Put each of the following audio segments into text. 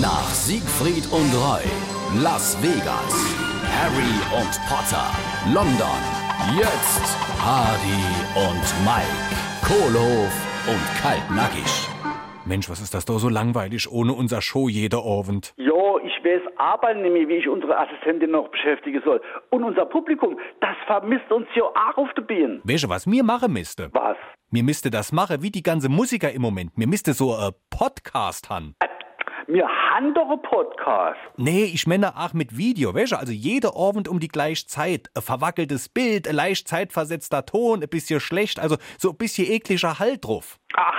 Nach Siegfried und Roy, Las Vegas, Harry und Potter, London, jetzt Hardy und Mike, Kohlhof und Kaltnackig. Mensch, was ist das doch so langweilig ohne unser Show jeder Abend? Ja, ich weiß aber nämlich, wie ich unsere Assistentin noch beschäftigen soll. Und unser Publikum, das vermisst uns ja auch auf der Bühne. Weißt du, was mir mache müsste? Was? Mir müsste das mache, wie die ganze Musiker im Moment. Mir müsste so ein Podcast han. Äh, Wir haben doch einen Podcast. Nee, ich meine auch mit Video, weißt du? Also jeder Abend um die gleiche Zeit. Ein verwackeltes Bild, ein leicht zeitversetzter Ton, ein bisschen schlecht, also so ein bisschen ekliger Halt drauf. Ach,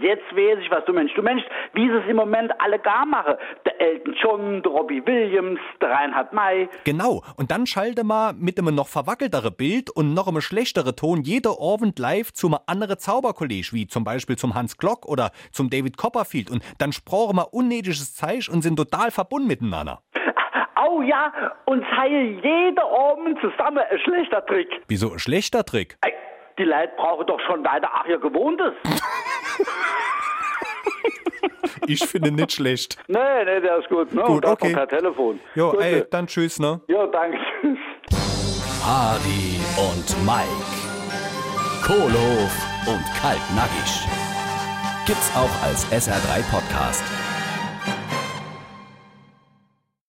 jetzt weiß ich, was du meinst. Du meinst, wie sie es im Moment alle gar machen. Der Elton John, der Robbie Williams, der Reinhard May. Genau. Und dann schalte mal mit einem noch verwackeltere Bild und noch einem schlechtere Ton jeder Abend live zu einem anderen Zauberkolleg, wie zum Beispiel zum Hans Glock oder zum David Copperfield. Und dann sprachen wir unnötiges Zeich und sind total verbunden miteinander. Oh ja, und heil jeder Abend zusammen ein schlechter Trick. Wieso ein schlechter Trick? Ey, die Leute brauchen doch schon leider ach ihr Gewohntes. Ich finde nicht schlecht. nee, nee, der ist gut. Ne? Gut, und das okay. noch per Telefon. Jo, Gut, ey, ne? dann tschüss, ne? Ja, danke. Tschüss. Hardy und Mike. Kohlof und Kaltnackig. Gibt's auch als SR3 Podcast.